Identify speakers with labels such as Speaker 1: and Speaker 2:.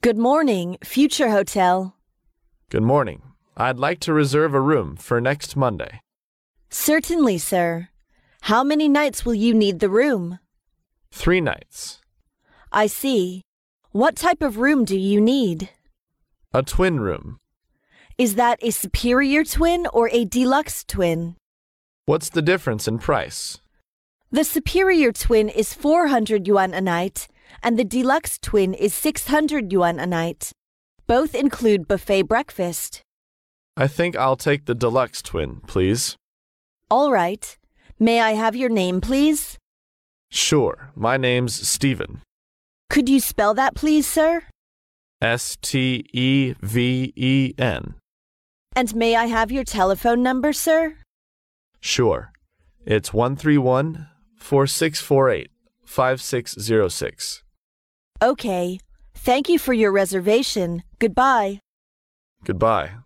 Speaker 1: Good morning, Future Hotel.
Speaker 2: Good morning. I'd like to reserve a room for next Monday.
Speaker 1: Certainly, sir. How many nights will you need the room?
Speaker 2: Three nights.
Speaker 1: I see. What type of room do you need?
Speaker 2: A twin room.
Speaker 1: Is that a superior twin or a deluxe twin?
Speaker 2: What's the difference in price?
Speaker 1: The superior twin is 400 yuan a night, and the deluxe twin is 600 yuan a night. Both include buffet breakfast.
Speaker 2: I think I'll take the deluxe twin, please.
Speaker 1: All right. May I have your name, please?
Speaker 2: Sure. My name's Steven.
Speaker 1: Could you spell that, please, sir?
Speaker 2: S T E V E N.
Speaker 1: And may I have your telephone number, sir?
Speaker 2: Sure. It's 131 4648 5606.
Speaker 1: Okay. Thank you for your reservation. Goodbye.
Speaker 2: Goodbye.